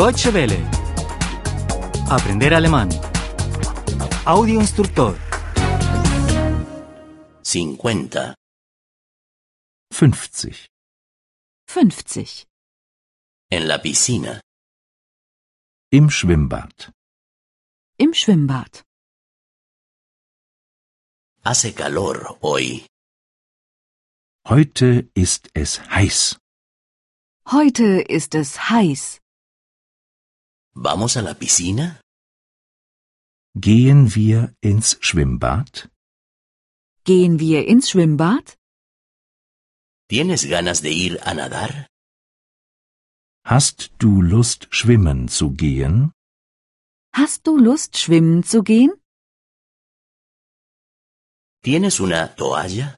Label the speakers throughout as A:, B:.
A: Deutsche Welle. Aprender alemán. Audio instructor.
B: 50.
C: 50.
D: 50.
B: En la piscina.
C: Im Schwimmbad.
D: Im Schwimmbad.
B: Hace calor hoy.
C: Heute ist es heiß.
D: Heute ist es heiß.
B: ¿Vamos a la piscina?
C: Gehen wir ins Schwimmbad?
D: Gehen wir ins Schwimmbad?
B: ¿Tienes ganas de ir a nadar?
C: Hast du Lust, schwimmen zu gehen?
D: Hast du Lust, schwimmen zu gehen?
B: ¿Tienes una toalla?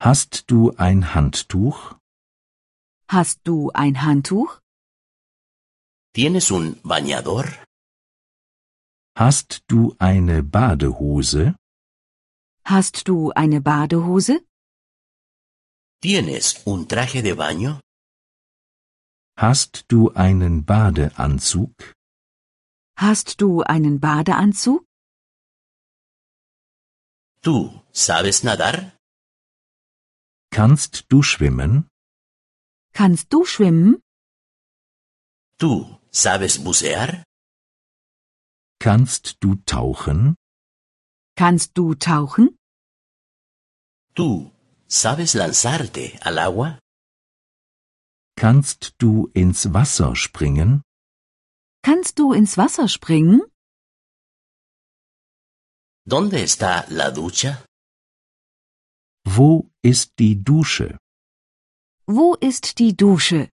C: Hast du ein Handtuch?
D: Hast du ein Handtuch?
B: ¿Tienes un bañador?
C: Hast du eine Badehose?
D: Hast du eine Badehose?
B: ¿Tienes un traje de baño?
C: Hast du einen Badeanzug?
D: Hast du einen Badeanzug?
B: ¿Tú sabes nadar?
C: Kannst du schwimmen?
D: Kannst du schwimmen?
B: ¿Tú sabes bucear?
C: Kannst du tauchen?
D: Kannst du tauchen?
B: ¿Tú sabes lanzarte al agua?
C: Kannst du ins Wasser springen?
D: Kannst du ins Wasser springen?
B: ¿Dónde está la ducha?
C: Wo ist die Dusche?
D: Wo ist die Dusche?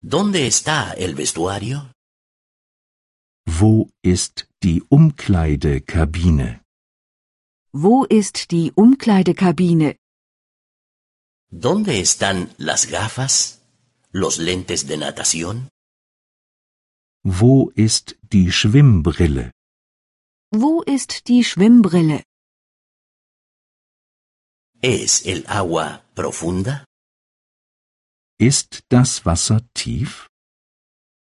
B: ¿Dónde está el vestuario?
C: Wo ist die Umkleidekabine?
D: Wo ist die Umkleidekabine?
B: ¿Dónde están las gafas? ¿Los lentes de natación?
C: Wo ist die Schwimmbrille?
D: Wo ist die Schwimmbrille?
B: ¿Es el agua profunda?
C: Ist das Wasser tief?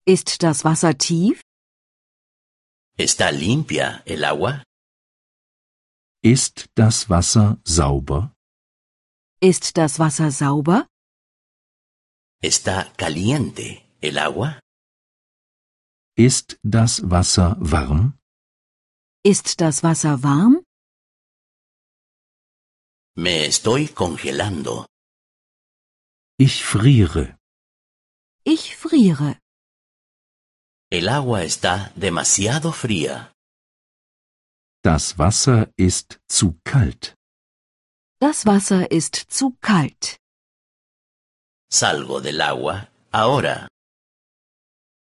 D: Ist das Wasser tief?
B: ¿Está limpia el agua?
C: Ist das Wasser sauber?
D: Ist das Wasser sauber?
B: ¿Está caliente el agua?
C: Ist das Wasser warm?
D: Ist das Wasser warm?
B: Me estoy congelando.
C: Ich friere.
D: Ich friere.
B: El agua está demasiado fría.
C: Das Wasser ist zu kalt.
D: Das Wasser ist zu kalt.
B: Salgo del agua ahora.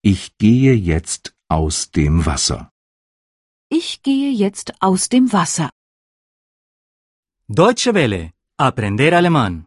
C: Ich gehe jetzt aus dem Wasser.
D: Ich gehe jetzt aus dem Wasser.
A: Deutsche Welle. Aprender alemán.